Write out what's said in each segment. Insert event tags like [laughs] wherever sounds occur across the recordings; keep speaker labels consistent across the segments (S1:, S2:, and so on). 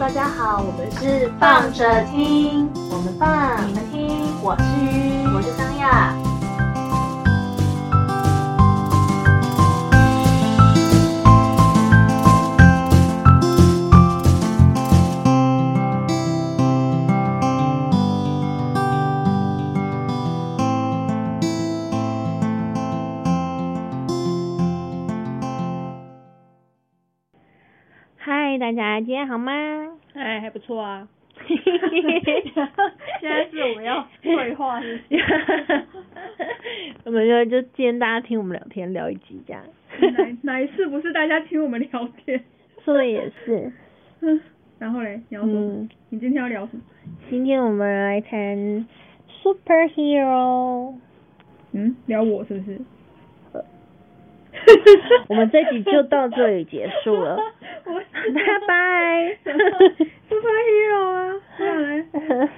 S1: 我们
S2: 是放着听，
S1: 我们放
S2: 你
S1: 你
S2: 们
S1: 们
S2: 听，
S1: 我是
S2: 我是张亚。
S3: 嗨，大家今天好吗？ [laughs]
S1: 哎，还不错 [laughs] 啊。
S3: 现
S1: 现在是我们要对
S3: [laughs]
S1: 话是不是
S3: 我们就就今天大家听我们聊天聊一集这样，
S1: 哪哪一次不是大家听我们聊天？
S3: [laughs] 说的也 [laughs] 是。
S1: 嗯，然后嘞，你要说、
S3: 嗯，
S1: 你今天要聊什么？
S3: 今天我们来谈 superhero，
S1: 嗯，聊我是不是？
S3: [laughs]
S1: [laughs]
S3: 我们这集就到这里结束了
S1: 我
S3: [laughs] 拜
S1: [laughs]
S3: 拜
S1: ，Superhero 啊，不然嘞，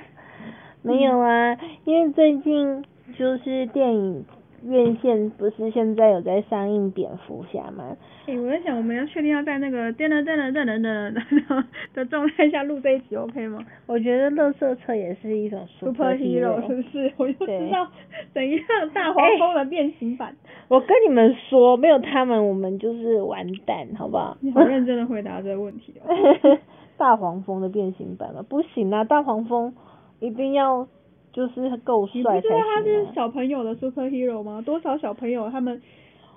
S3: 没有啊，因为最近就是电影院线不是现在有在上映蝙蝠侠吗？
S1: 哎、我在想，我们要确定要在那个噔噔噔噔噔噔噔噔的状态下录这一集，OK 吗
S3: 我觉得乐色车也是一种
S1: ？Superhero 是不是？我
S3: 哦
S1: 就知
S3: 对
S1: 道怎样大黄蜂的变形版。
S3: 我跟你们说，没有他们，我们就是完蛋，好不好？
S1: 你好认真的哦回答这个问题
S3: [laughs]
S1: 哦。
S3: 大黄蜂的变形版吗？不行啊，大黄蜂一定要就是够
S1: 你不
S3: 帅才
S1: 知道他
S3: 行、
S1: 是
S3: 啊。
S1: 小朋友的 superhero 吗？多少小朋友他们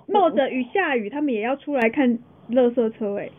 S1: 冒着雨下雨，他们也要出来看乐色车哎、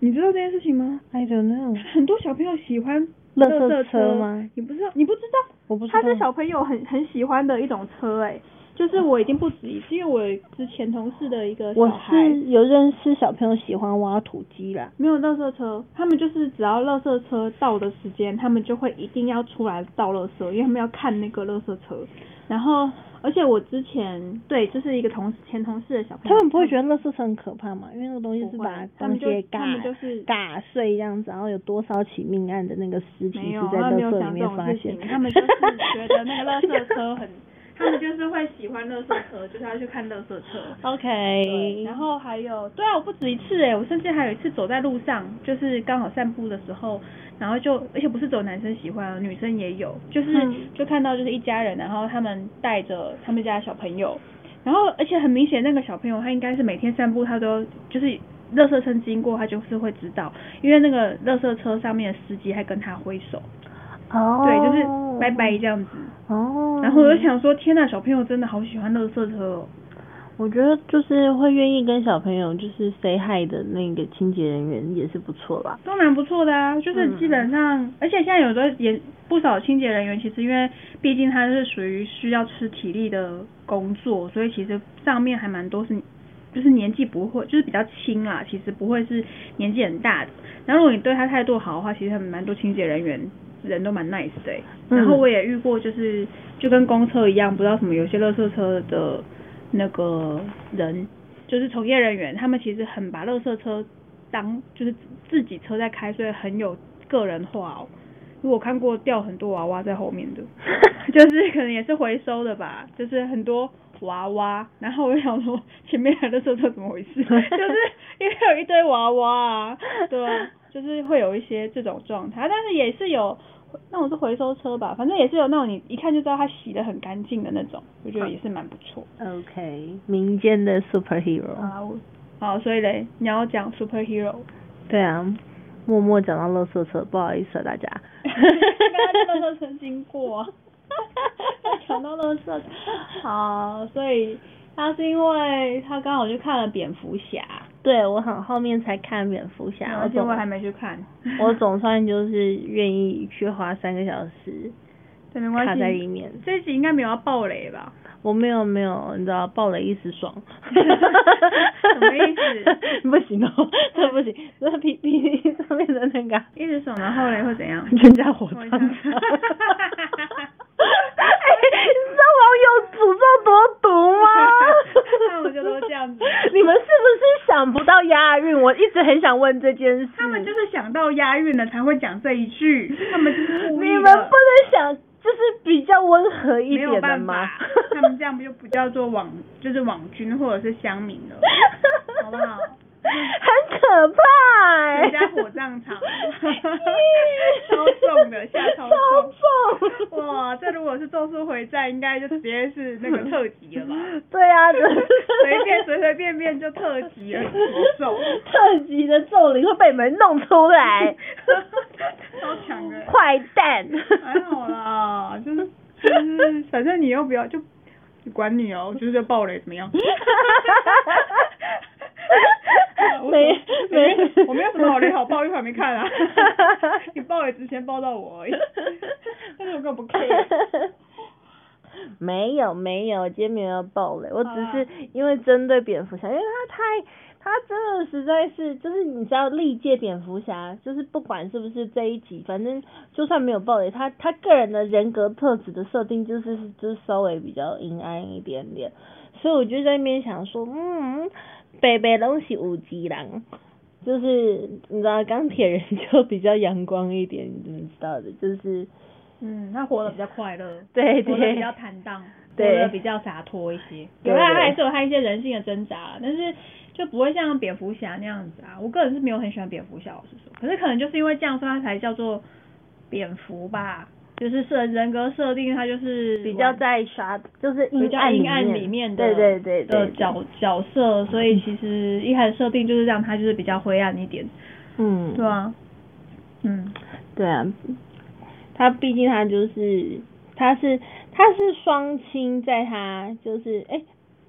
S1: 你知道这件事情吗？
S3: I don't know，
S1: 很多小朋友喜欢
S3: 乐色
S1: 色车
S3: 车吗？？
S1: 你不知道，你不知道，
S3: 我不知道。
S1: 它是小朋友很很喜欢的一种车哎、就是我已经不止一次，因为我之前同事的一个小
S3: 我
S1: 孩
S3: 是有认识小朋友喜欢挖土机啦。
S1: 没有垃圾车，他们就是只要垃圾车到的时间，他们就会一定要出来倒垃圾，因为他们要看那个垃圾车。然后，而且我之前对，就是一个同前同事的小朋
S3: 他
S1: 友，
S3: 们不会觉
S1: 得
S3: 得垃圾车很可怕吗？因为那个东西是
S1: 不会
S3: 把
S1: 他
S3: 东
S1: 们
S3: 西
S1: 就
S3: 给
S1: 他
S3: 打
S1: 们就是
S3: 打碎这样子，然后有多少起命案的那个尸体
S1: 没
S3: 是
S1: 有，
S3: 在
S1: 他
S3: 垃
S1: 们没有
S3: 圾里
S1: 想这
S3: 面
S1: 种
S3: 发
S1: 事
S3: 现
S1: 情，。他们就是觉得那个垃圾车很，他们就是会喜欢垃圾车，就是要去看垃圾车。
S3: [laughs]
S1: 对，
S3: OK，
S1: 然后还有，对啊，我不止一次哎，我甚至还有一次走在路上，就是刚好散步的时候，然后就，而且不是只有男生喜欢哦，女生也有，就是、
S3: 嗯
S1: 就看到就是一家人，然后他们带着他们家的小朋友，然后而且很明显那个小朋友他应该是每天散步，他都就是。垃圾车经过，他就是会知道，因为那个垃圾车上面的司机还跟他挥手，
S3: 哦，
S1: 对，就是拜拜这样子。
S3: 哦，
S1: 然后我就，想说，天呐，小朋友真的好喜欢垃圾车哦。
S3: 我觉得就是会愿意跟小朋友就是 say hi 的那个清洁人员也是不错
S1: [laughs]
S3: 啦。
S1: 都蛮不错的啊，就是
S3: 嗯
S1: 基本上，而且现在有时候也不少清洁人员，其实因为毕竟他是属于需要吃体力的工作，所以其实上面还蛮多是，就是年纪不会，就是比较轻啊，其实不会是年纪很大的。然后如果你对他态度好的话，其实他们蛮多清洁人员人都蛮 nice 的欸、
S3: 嗯
S1: 然后我也遇过，就是就跟公车一样，不知道什么有些垃圾车的那个人，就是从业人员，他们其实很把垃圾车当就是自己车在开，所以很有个人化哦。因为我看过掉很多娃娃在后面的，就是可能也是回收的吧，就是很多娃娃。然后我就想说，前面来的车车怎么回事？就是因为有一堆娃娃啊，对啊，就是会有一些这种状态，但是也是有那种是回收车吧，反正也是有那种你一看就知道它洗的很干净的那种，我觉得也是蛮不错。
S3: OK，民间的 superhero，
S1: 啊，我好，所以嘞，你要讲 superhero，
S3: 对啊，默默讲到垃圾车，不好意思啊大家。
S1: 刚刚乐色车经过， [laughs] 啊讲到乐色，好，所以他是因为他刚好去看了蝙蝠侠，
S3: [laughs] 对我很后面才看蝙蝠侠，我
S1: 而且
S3: 总
S1: 我嗯还没去看，
S3: 我总算就是愿意去花三个小时
S1: 对 [laughs] 没
S3: 卡
S1: 关
S3: 在
S1: 系
S3: 里，面。
S1: 这一集应该没有要爆雷吧？
S3: 我没有没有，你知道爆了一时爽，
S1: 什么意思？
S3: [laughs] 不行哦，这不行，这 P P T 上面的那个啊
S1: 一直爽，然后嘞会怎
S3: [laughs]
S1: 样？
S3: 全家火
S1: 我
S3: 葬
S1: 想？
S3: 场。哎，你知道网友诅咒多毒吗
S1: 他们就都这样子
S3: 你们是不是想不到押韵？我一直很想问这件事。
S1: 他们就是想到押韵了才会讲这一
S3: [laughs]
S1: 句，他们就是故
S3: 你
S1: 意的
S3: 们不能想，就是比较温和一
S1: 没有
S3: 点的
S1: 办
S3: 吗 [laughs]
S1: 法？，他们这样不就不叫做网，就是网军或者是乡民了，好不好？
S3: [laughs] 很可怕哎、
S1: 人家火葬场
S3: 咦
S1: 超重的下超重
S3: 超重
S1: 哇，这如果是《咒术回战》，应该就直接是那个特辑了吧？
S3: 对啊，这
S1: 随便随随便便就特辑了，好重，，
S3: 特级的咒灵会被你们弄出来
S1: 超强的
S3: 坏蛋，
S1: 还
S3: [laughs]
S1: 好，啦，就是就是，反正你又不要就管你哦，就是要暴雷怎么样？ [laughs] 我
S3: 没没
S1: 没，我没有什么好雷好爆，因为我还没
S3: [laughs]
S1: 看 [laughs] 啊。你爆雷之前爆到我 [laughs] 而已，但是我根本不 care。
S3: 没有没有，今天没有要爆雷，我只
S1: 好
S3: 是
S1: 啦
S3: 因为针对蝙蝠侠，因为他太他真的实在是，就是你知道历届蝙蝠侠，就是不管是不是这一集，反正就算没有爆雷，他他个人的人格特质的设定就是就是稍微比较阴暗一点点，所以我就在那边想说，嗯，北北东西五级狼。就是你知道钢铁人就比较阳光一点，你们知道的，就是
S1: 嗯，他活得比较快乐，
S3: 对
S1: 活
S3: 对
S1: 得比较坦荡，
S3: 对
S1: 活得比较洒脱一些。
S3: 对
S1: 有啦，他
S3: 对
S1: 还是有他一些人性的挣扎啦，但是就不会像蝙蝠侠那样子啊。我个人是没有很喜欢蝙蝠侠，我是说，可是可能就是因为这样，所以他才叫做蝙蝠吧。就是设人格设定，他就是
S3: 比较
S1: 玩
S3: 在刷，就是
S1: 比较阴暗
S3: 里
S1: 里
S3: 面
S1: 面的
S3: 对对对
S1: 的
S3: 对，嗯
S1: 角角色，所以其实一开始设定就是让他就是比较灰暗一点，
S3: 嗯，
S1: 对啊，嗯，
S3: 对啊，他毕竟他就是他是他是双亲，在他就是哎、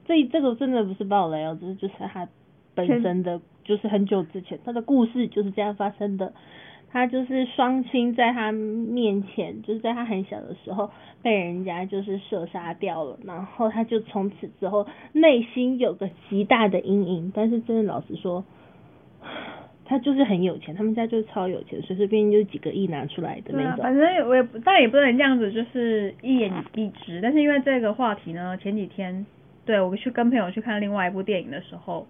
S3: 这这个真的不是暴雷哦，只是就是他本
S1: 前
S3: 身的，就是很久之前他的故事就是这样发生的。他就是双亲在他面前，就是在他很小的时候被人家就是射杀掉了，然后他就从此之后内心有个极大的阴影。但是真的老实说， [sighs] 他就是很有钱，他们家就是超有钱，随随便便就几个亿拿出来的
S1: 对
S3: 那
S1: 啊，
S3: 种。
S1: 反正我也不，但也不能这样子，就是一言以蔽之。但是因为这个话题呢，前几天对我去跟朋友去看另外一部电影的时候，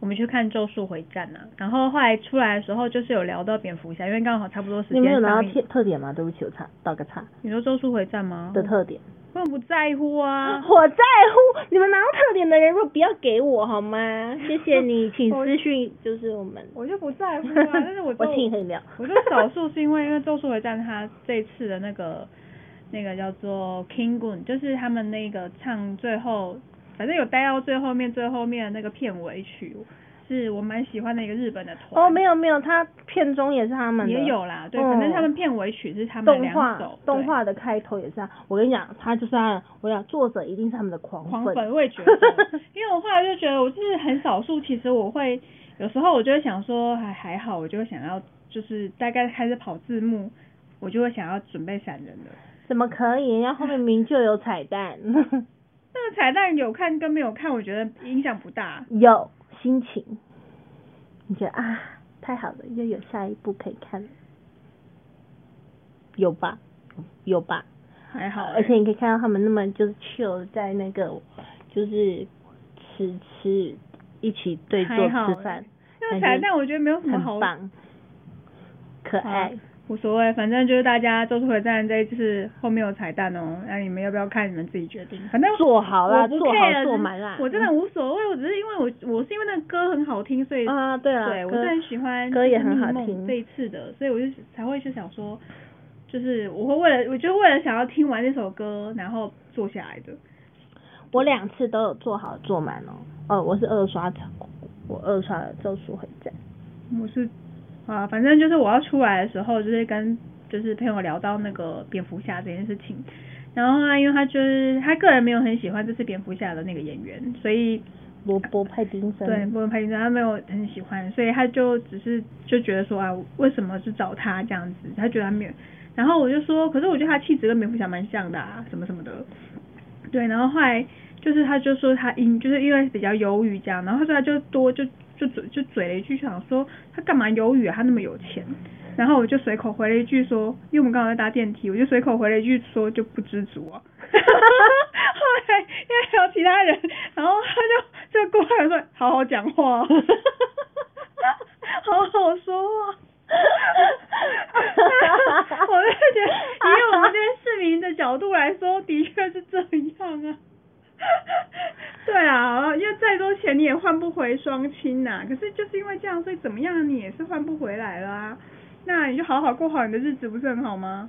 S1: 我们去看《咒术回战》呐、然后后来出来的时候就是有聊到蝙蝠侠，因为刚好差不多时
S3: 你们有
S1: 间
S3: 拿到
S1: 上映。
S3: 特特点吗？对不起，我差倒个岔
S1: 你说《咒术回战》吗？
S3: 的特点。
S1: 我不在
S3: [laughs]
S1: 乎啊。
S3: 我在乎你们拿到特点的人，如果不要给我好 [laughs] 吗？谢谢你，请私讯就是我们。
S1: 我就不在乎啊，
S3: [laughs]
S1: 但是我就
S3: 我请喝饮料
S1: 我就少数是因为因为《咒术回战》它这次的那个那个叫做 King Gun，就是他们那个唱最后，反正有待到最后面最后面的那个片尾曲，是我蛮喜欢的一个日本的团。
S3: 哦，没有没有，他片中也是他们的。
S1: 也有啦，对，
S3: 嗯
S1: 反正他们片尾曲是他们
S3: 动
S1: 两
S3: 画
S1: 首对
S3: 动画的开头也是他，我跟你讲，他就是他的，我跟你讲作者一定是他们的狂
S1: 狂
S3: 粉。 [laughs]
S1: 粉，我也觉得，因为我后来就觉得我就是很少数，其实我会有时候我就会想说还还好，我就会想要就是大概开始跑字幕，我就会想要准备闪人的。
S3: 怎么可以？人家后面明就有彩蛋，
S1: 那个彩蛋有看跟没有看，我觉得影响不大。
S3: 有心情，你觉得啊，太好了，又有下一部可以看了，有吧？有吧？
S1: 还好欸、
S3: 呃而且你可以看到他们那么就是 chill 在那个就是吃吃一起对坐
S1: 还好
S3: 吃饭，
S1: 那个彩蛋我觉得没有什么好
S3: 很棒，哎可爱。
S1: 无所谓，反正就是大家《咒术回战》这一次后面有彩蛋哦，那你们要不要看，你们自己决定。反正
S3: 做好啦
S1: 我不
S3: 做好
S1: care，
S3: 做满啦嗯
S1: 我真的无所谓，我只是因为我我是因为那个歌很好听，所以、
S3: 啊，对啊，
S1: 对我
S3: 歌
S1: 是很喜欢
S3: 歌也很好
S1: 就是逆梦
S3: 听
S1: 这一次的，所以我就才会去想说，就是我会为了我就为了想要听完这首歌，然后坐下来的。
S3: 我两次都有做好做满哦。哦，我是二刷，我二刷了《咒术回战》。
S1: 我是啊，反正就是我要出来的时候，就是跟就是朋友聊到那个蝙蝠侠这件事情，然后他啊因为他就是他个人没有很喜欢这次蝙蝠侠的那个演员，所以
S3: 罗伯·派丁森，
S1: 对，波恩·派丁森他没有很喜欢，所以他就只是就觉得说啊，为什么是找他这样子？他觉得他没有，然后我就说，可是我觉得他气质跟蝙蝠侠蛮像的啊，什么什么的。对，然后后来就是他就说他因就是因为比较忧郁这样，然后他说他就多就就嘴就嘴了一句想说他干嘛忧郁啊，他那么有钱。然后我就随口回了一句说，因为我们刚好在搭电梯，我就随口回了一句说就不知足啊。后来因为还有其他人，然后他就就过来说好好讲话哦， [laughs] 好好说话。 [laughs] 我就觉得，以我们这些市民的角度 [laughs] 来说，的确是这样啊。对啊，因为再多钱钱你也换不回双亲呐、可是就是因为这样，所以怎么样你也是换不回来啦、那你就好好过好你的日子，不是很好吗？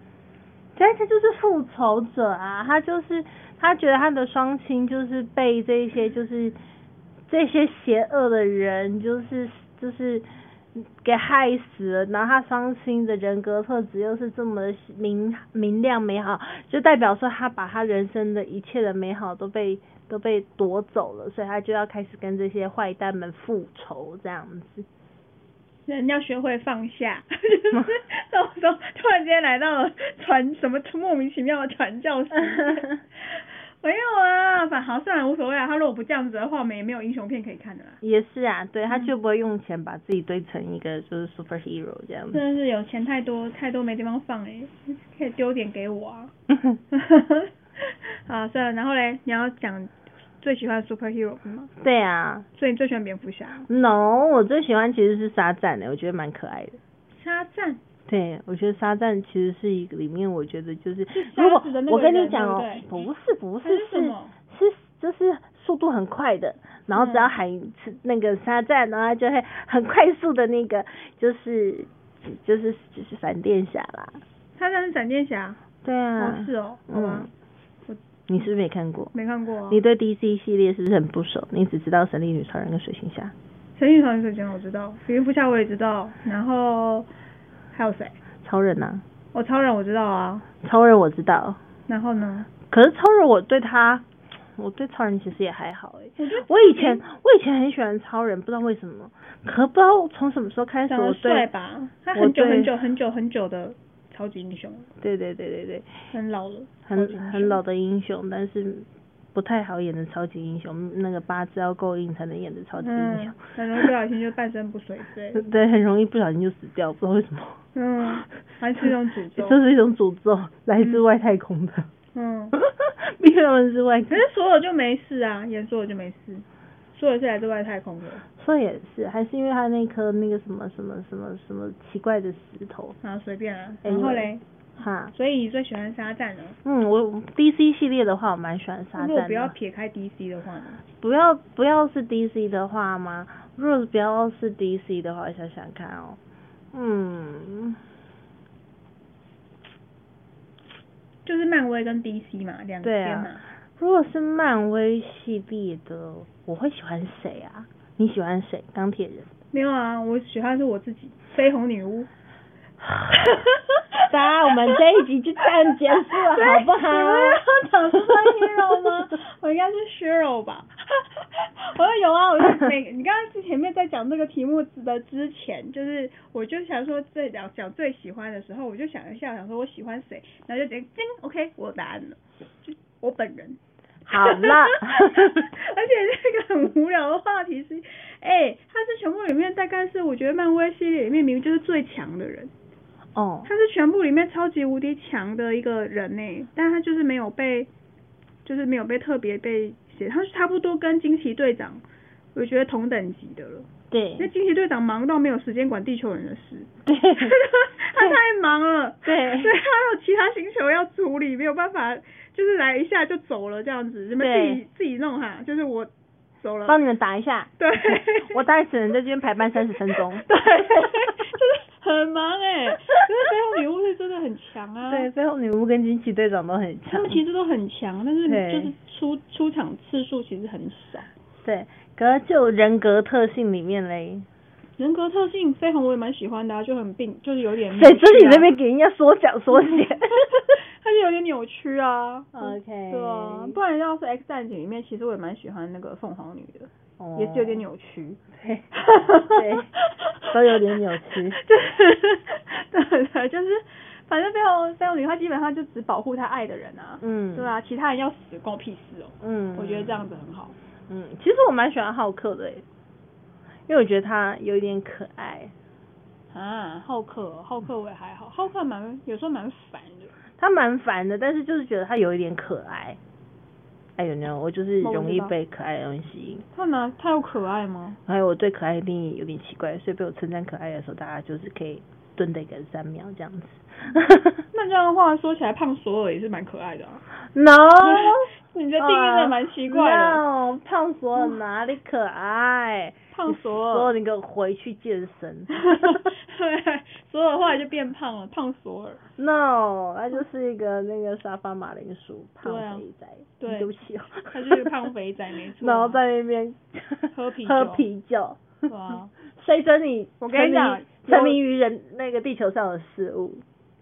S3: 但他就是复仇者啊，他就是他觉得他的双亲就是被这些就是这些邪恶的人就是就是给害死了，然后他双亲的人格特质又是这么的明明亮美好，就代表说他把他人生的一切的美好都被都被夺走了，所以他就要开始跟这些坏蛋们复仇这样子。
S1: 人要学会放下， [laughs] 就是到时候突然间来到了传什么莫名其妙的传 [laughs] 教士，没有啊，反好算了无所谓啊。他如果不这样子的话，我们也没有英雄片可以看的啦。
S3: 也是啊，对，他
S1: 嗯
S3: 就不会用钱把自己堆成一个就是 superhero 这样子。
S1: 真的是有钱太多，太多没地方放哎、可以丢点给我啊。 [laughs] 啊，算了，然后嘞，你要讲最喜欢的 superhero 不是吗？
S3: 对啊
S1: 所以你最喜欢蝙蝠侠？
S3: ，no，我最喜欢其实是沙赞的，我觉得蛮可爱的。
S1: 沙赞
S3: 对，我觉得沙赞其实是一个里面，我觉得就是
S1: 沙
S3: 如果
S1: 子的那个
S3: 我跟你
S1: 人
S3: 讲哦
S1: 对，不对
S3: 不是不
S1: 还
S3: 是
S1: 是什
S3: 是
S1: 么？
S3: 是就是速度很快的，然后只要喊一次那个沙赞，然后他就会很快速的那个就是就是就是闪电侠啦。
S1: 沙赞是闪电侠？
S3: 对啊，
S1: 哦，是哦，好吧
S3: 嗯，，你是不是没看过？
S1: 没看过、啊。
S3: 你对 DC 系列是不是很不熟？你只知道神力女超人跟水行侠，
S1: 神力女超人水晶我知道，蝙蝠侠我也知道，然后还有谁？
S3: 超人呐、
S1: 哦，超人我知道啊，
S3: 超人我知道，
S1: 然后呢？
S3: 可是超人我对他，我对超人其实也还好诶、
S1: 我觉得嗯
S3: 我以前我以前很喜欢超人，不知道为什么，可不知道从什么时候开始
S1: 长
S3: 我
S1: 得
S3: 对，
S1: 帅吧，他
S3: 我
S1: 很久
S3: 对
S1: 很久很久很久的超级英雄，
S3: 对对对对对，
S1: 很老了，超级英
S3: 很
S1: 雄
S3: 很老。的英雄，但是不太好演的超级英雄，那个八字要够硬才能演的超级英
S1: 嗯
S3: 雄，，
S1: 很容易不小心就半身不遂之类的。
S3: [laughs] 对，很容易不小心就死掉，不知道为什么，
S1: 嗯，还是一种诅
S3: [laughs]
S1: 咒。
S3: 这是一种诅咒，来自外太空的，
S1: 嗯，
S3: [laughs] 毕竟他们是外，
S1: 可是所有就没事啊，演所有就没事，所有是来自外太空的。
S3: 说也是，还是因为他那颗那个什么什么什么什么奇怪的石头，
S1: 啊，随便啊。
S3: 哎
S1: 然后嘞，
S3: 哈，
S1: 所以你最喜欢沙赞呢？
S3: 嗯，我 DC 系列的话，我蛮喜欢沙
S1: 如果
S3: 赞啊
S1: 不要
S3: 的。
S1: 撇开 DC 的话呢？
S3: 不要不要是 DC 的话吗？如果不要是 DC 的话，我想想看哦，嗯，
S1: 就是漫威跟 DC 嘛，两
S3: 对
S1: 边
S3: 啊
S1: 嘛。
S3: 如果是漫威系列的，我会喜欢谁啊？你喜欢谁？钢铁 [laughs] 人？
S1: 没有啊，我喜欢是我自己，绯红
S3: [laughs]
S1: 女巫。
S3: 当然，我们这一
S1: [laughs]
S3: 集就这样结束了，
S1: 对
S3: 好不 [laughs] 好？
S1: 你们要讲 superhero 吗？ [laughs] 我应该是 hero 吧。 [laughs] 我说有啊，我就每你刚刚之前面在讲这个题目的之前，就是我就想说最聊讲最喜欢的时候，我就想一下，想说我喜欢谁，然后就直接叮，OK，我有答案了，就我本人。 [laughs]
S3: 好 [laughs] 了
S1: 而且这个很无聊的话题是，哎、他是全部里面大概是我觉得漫威系列里面明明就是最强的人，
S3: 哦，
S1: 他是全部里面超级无敌强的一个人呢、但他就是没有被，就是没有被特别被写，他是差不多跟惊奇队长，我觉得同等级的了。因
S3: [laughs]
S1: 为
S3: 对
S1: 惊奇队长忙到没有时间管地球人的事， [laughs]
S3: 对
S1: 他太忙了，
S3: 对
S1: 所以他有其他星球要处理，没有办法，就是来一下就走了这样子，你们自己自己弄哈，就是我走了，
S3: 帮你们打一下。，
S1: 对
S3: [laughs] 我大概只能在这边排班三十分 [laughs] 钟
S1: [laughs] 。对， [laughs] 就是很忙哎、可是绯红女巫是真的很强啊，
S3: 对，，最后女巫跟惊奇队长都很
S1: 他
S3: 强
S1: 们。其实都很强，但是
S3: 对
S1: 就是出出场次数其实很少。
S3: 对，可是就人格特性里面嘞，
S1: 人格特性，绯红我也蛮喜欢的、啊，就很病，就是有点扭曲
S3: [laughs]
S1: 啊、
S3: 谁知你这边给人家缩脚缩 [laughs] 写
S1: 他就有点扭曲啊。
S3: [laughs] ？OK。
S1: 对啊，不然要是《X 战警》里面，其实我也蛮喜欢那个凤凰女的，
S3: 哦
S1: 也是有点。扭曲。
S3: 对 [laughs]
S1: [laughs]
S3: 对都有点扭曲
S1: 对 [laughs] 对对，就是反正绯红绯红女她基本上就只保护她爱的人啊。
S3: 嗯。
S1: 对。啊，其他人要死关我屁事哦。
S3: 嗯。
S1: 我觉得这。样子很好。
S3: 嗯，其实我蛮喜欢浩克的诶，因为我觉得他有一点可爱，
S1: 啊，浩克哦，浩克我也还好，浩克蛮有时候蛮烦的。
S3: 他蛮烦的，但是就是觉得他有一点可爱。哎呦 no，我就是
S1: 我不
S3: 容
S1: 知
S3: 易
S1: 道
S3: 被可爱的东西吸引。
S1: 他哪他有可爱吗？
S3: 还有我对可爱的定义有点奇怪，所以被我称赞可爱的时候，大家就是可以蹲的一个三秒这
S1: [laughs]
S3: 样子。
S1: 那这样的话说起来，胖索尔也是蛮可爱的啊。
S3: no，
S1: [laughs]
S3: 哦
S1: 你的定义真的蛮
S3: [laughs]
S1: 奇怪的，
S3: No，胖索尔哪里可爱？
S1: 胖索
S3: 索
S1: 尔。
S3: 尔，你给我回去健身。
S1: [laughs] 对，索尔后来就变胖了，胖索尔。
S3: No，他就是一个那个沙发马铃薯胖
S1: 对啊
S3: 肥仔，
S1: 对
S3: 对不起哦，
S1: 他就是胖肥仔没错啊
S3: 然后在那边
S1: 喝啤
S3: 喝
S1: 酒
S3: 啤酒，
S1: 对
S3: [laughs]
S1: 啊，
S3: 谁准你？
S1: 我跟你讲
S3: 沉迷于人那个地球上的事物，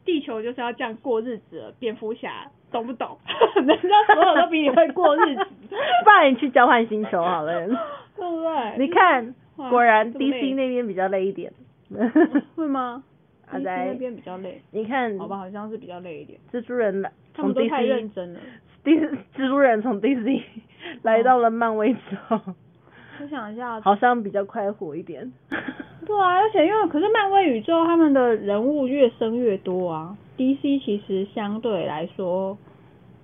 S1: 地球就是要这样过日子了，蝙蝠侠懂不懂？ [laughs] 人家所有都比你会过日 [laughs] 子，
S3: [laughs] 不然你去交换星球好了。
S1: [laughs] 对不对？
S3: 你看，
S1: 哇
S3: 果然
S1: 这么
S3: DC
S1: 累
S3: 那边比较累一点。
S1: [laughs] 会吗
S3: 阿
S1: ？DC
S3: 呆
S1: 那边比较累，
S3: [laughs] 你看，
S1: 好吧，好像是比较累一点。
S3: 蜘蛛人来
S1: 嗯他
S3: 从
S1: 们都太
S3: DC
S1: 认哦真了。
S3: DC 蜘蛛人从 DC 来到了漫威之后，
S1: 我想一下，
S3: 好像比较快活一点。
S1: 对啊，而且因为可是漫威宇宙他们的人物越生越多啊，DC 其实相对来说，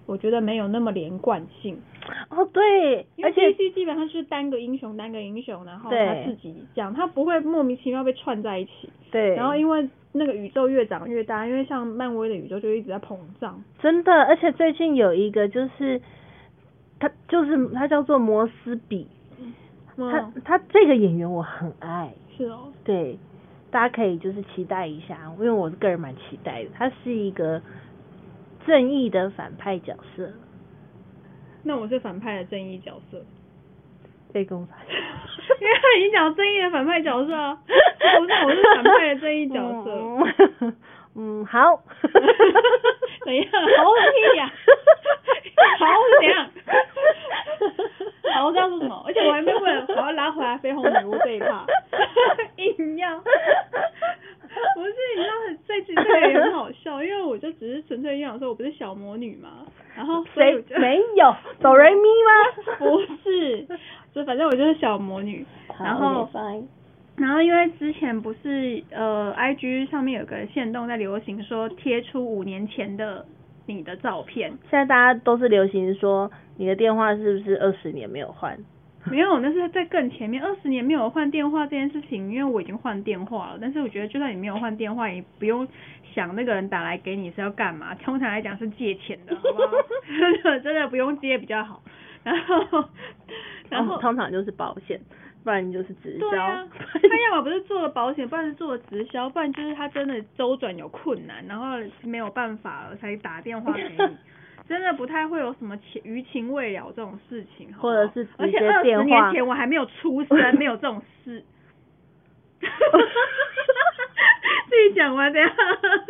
S1: 我觉得没有那么连贯性，
S3: [laughs] 哦，对，
S1: 因
S3: 而
S1: 为
S3: 且
S1: DC 基本上就是单个英雄单个英雄，然后
S3: 对
S1: 他自己讲，他不会莫名其妙被串在一起。
S3: 对，
S1: 然后因为那个宇宙越长越大，因为像漫威的宇宙就一直在膨胀，
S3: 真的，而且最近有一个就是，他就是他叫做摩斯比，他
S1: 嗯，
S3: 他这个演员我很爱，
S1: 是哦，
S3: 对，大家可以就是期待一下，因为我个人蛮期待的，他是一个正义的反派角色，
S1: 那我是反派的正义角色， [laughs]
S3: 被公 [laughs] 发
S1: 因为他已经讲正义的反派角色啊，不是我是反派的正义角色。，
S3: [laughs] 嗯，嗯好
S1: 怎样哎好
S3: [laughs]
S1: 屁呀好怎样好这样是什么而且我还没问我要拉回来绯红女巫
S3: [laughs]
S1: 这一趴硬要不是，你知道这集这个也很
S3: [laughs]
S1: 好笑，因为我就只是纯粹想说我不是小魔女嘛，然后所以我
S3: 谁
S1: 就
S3: 没有哆瑞咪吗？
S1: 不是，就反正我就是小魔女，然后
S3: 好，OK，fine
S1: 然后因为之前不是呃，IG 上面有个线动在流行说贴出五年前的你的照片，
S3: 现在大家都是流行说你的电话是不是二十年没有换？
S1: 没有，那是在更前面二十年没有换电话这件事情，因为我已经换电话了。但是我觉得就算你没有换电话，也不用想那个人打来给你是要干嘛。通常来讲是借钱的，好不好？真的真的不用接比较好。然后然后
S3: 通通常就是保险，不然你就是直销。
S1: 对
S3: [laughs]
S1: 啊，他要么不是做了保险，不然是做了直销，不然就是他真的周转有困难，然后没有办法了才打电话给你。真的不太会有什么情余情未了这种事情，好不好
S3: 或者是直
S1: 而且
S3: 接
S1: 二
S3: 电
S1: 十
S3: 话
S1: 年前我还没有出生，没有这种事。自己讲完这样，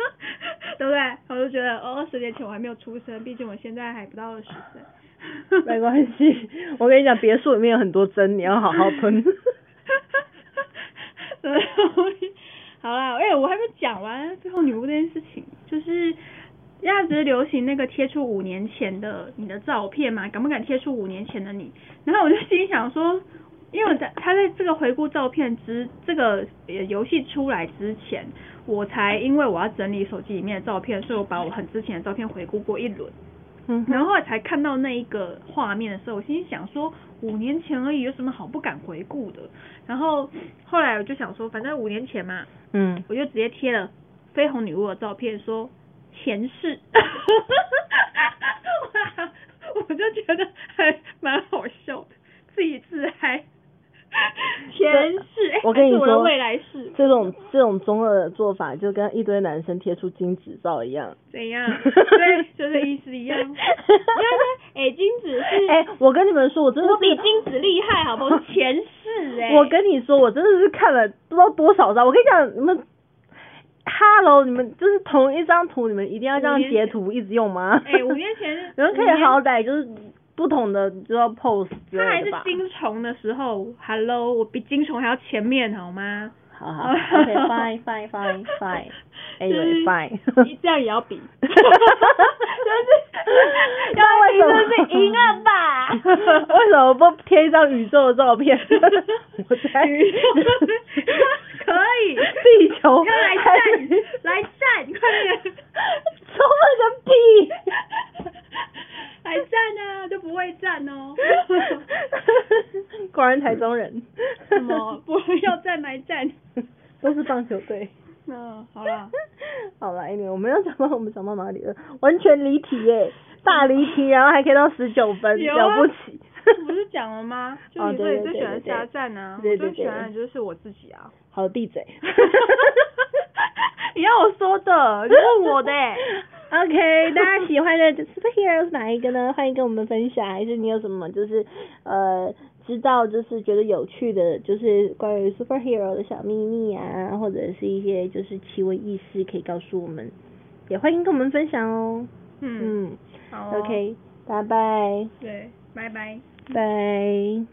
S1: [laughs] 对不对？我就觉得哦，二十年前我还没有出生，毕竟我现在还不到二十岁。
S3: [laughs] 没关系，我跟你讲，别墅里面有很多针，你要好好
S1: [laughs]
S3: 吞。
S1: 什么东西？好啦，哎、我还没讲完最后女巫这件事情，就是现在只是流行那个贴出五年前的你的照片嘛，敢不敢贴出五年前的你？然后我就心里想说，因为我在他在这个回顾照片之这个呃游戏出来之前，我才因为我要整理手机里面的照片，所以我把我很之前的照片回顾过一轮。
S3: 嗯
S1: 然后后来才看到那一个画面的时候，我心里想说，五年前而已，有什么好不敢回顾的？然后后来我就想说，反正五年前嘛，
S3: 嗯，
S1: 我就直接贴了绯红女巫的照片，说前世， [laughs] 哇我就觉得还蛮好笑的，自己自嗨。前世，哎
S3: 我跟你
S1: 还是我的
S3: 说
S1: 未来世
S3: 这种这种中二的做法，就跟一堆男生贴出金纸照一样。
S1: 怎样？对，就这意思
S3: [laughs]
S1: 一样。因为哎，金子是
S3: 哎、我跟你们说，我真的
S1: 我比
S3: 是，
S1: 金子厉害，好不好？前世哎、
S3: 我跟你说，我真的是看了不知道多少张。我跟你讲，你们，Hello，你们就是同一张图，你们一定要这样
S1: 五年
S3: 截图一直用吗？
S1: 哎、五年
S3: [laughs]
S1: 前，
S3: 你们可
S1: 五年
S3: 以好歹就是不同的就要 pose 之
S1: 他还
S3: 类
S1: 是
S3: 的吧。
S1: 金虫的时候，Hello，我比金虫还要前面好吗？
S3: 好好，OK
S1: 啊
S3: [laughs] fine fine fine
S1: [laughs]
S3: fine，
S1: 就是
S3: ，anyway 哎 fine。
S1: 嗯这样也要比，
S3: 就是要
S2: 这是赢了吧
S3: 为什么不贴一张宇宙的照
S1: [laughs]
S3: 片？ [laughs] 我在
S1: 宇宙可以
S3: 地球
S1: 要来
S3: 还
S1: 站，来
S3: [laughs]
S1: 站，快点，
S3: 充满个屁！
S1: 来站啊，就不会站哦。
S3: [laughs] 果然台中人，
S1: 什么不要站来站？
S3: 都是棒球队。
S1: 嗯，好啦。
S3: 好了，anyway，我们要讲到我们讲到哪里了？完全离题耶！大离题，然后还可以到十九分，
S1: 有
S3: 了
S1: 啊
S3: 不起。
S1: 不是讲了吗？就
S3: 哦
S1: 你说
S3: 对
S1: 你
S3: 对对
S1: 最喜欢
S3: 对
S1: 虾
S3: 对
S1: 战啊，
S3: 对
S1: 我
S3: 对
S1: 最喜
S3: 对
S1: 欢的就是我自己啊。
S3: 好，闭 [laughs] 嘴。
S1: [laughs] 你要我说的，你问我的欸。
S3: [laughs] OK，大家喜欢的 superhero 是哪一个呢？欢迎跟我们分享，还是你有什么就是呃知道就是觉得有趣的，就是关于 superhero 的小秘密啊，或者是一些就是奇闻异事可以告诉我们，也欢迎跟我们分享哦。
S1: [laughs] 嗯，
S3: 嗯
S1: 好哦
S3: o k 拜拜，
S1: 对，拜拜。
S3: 拜。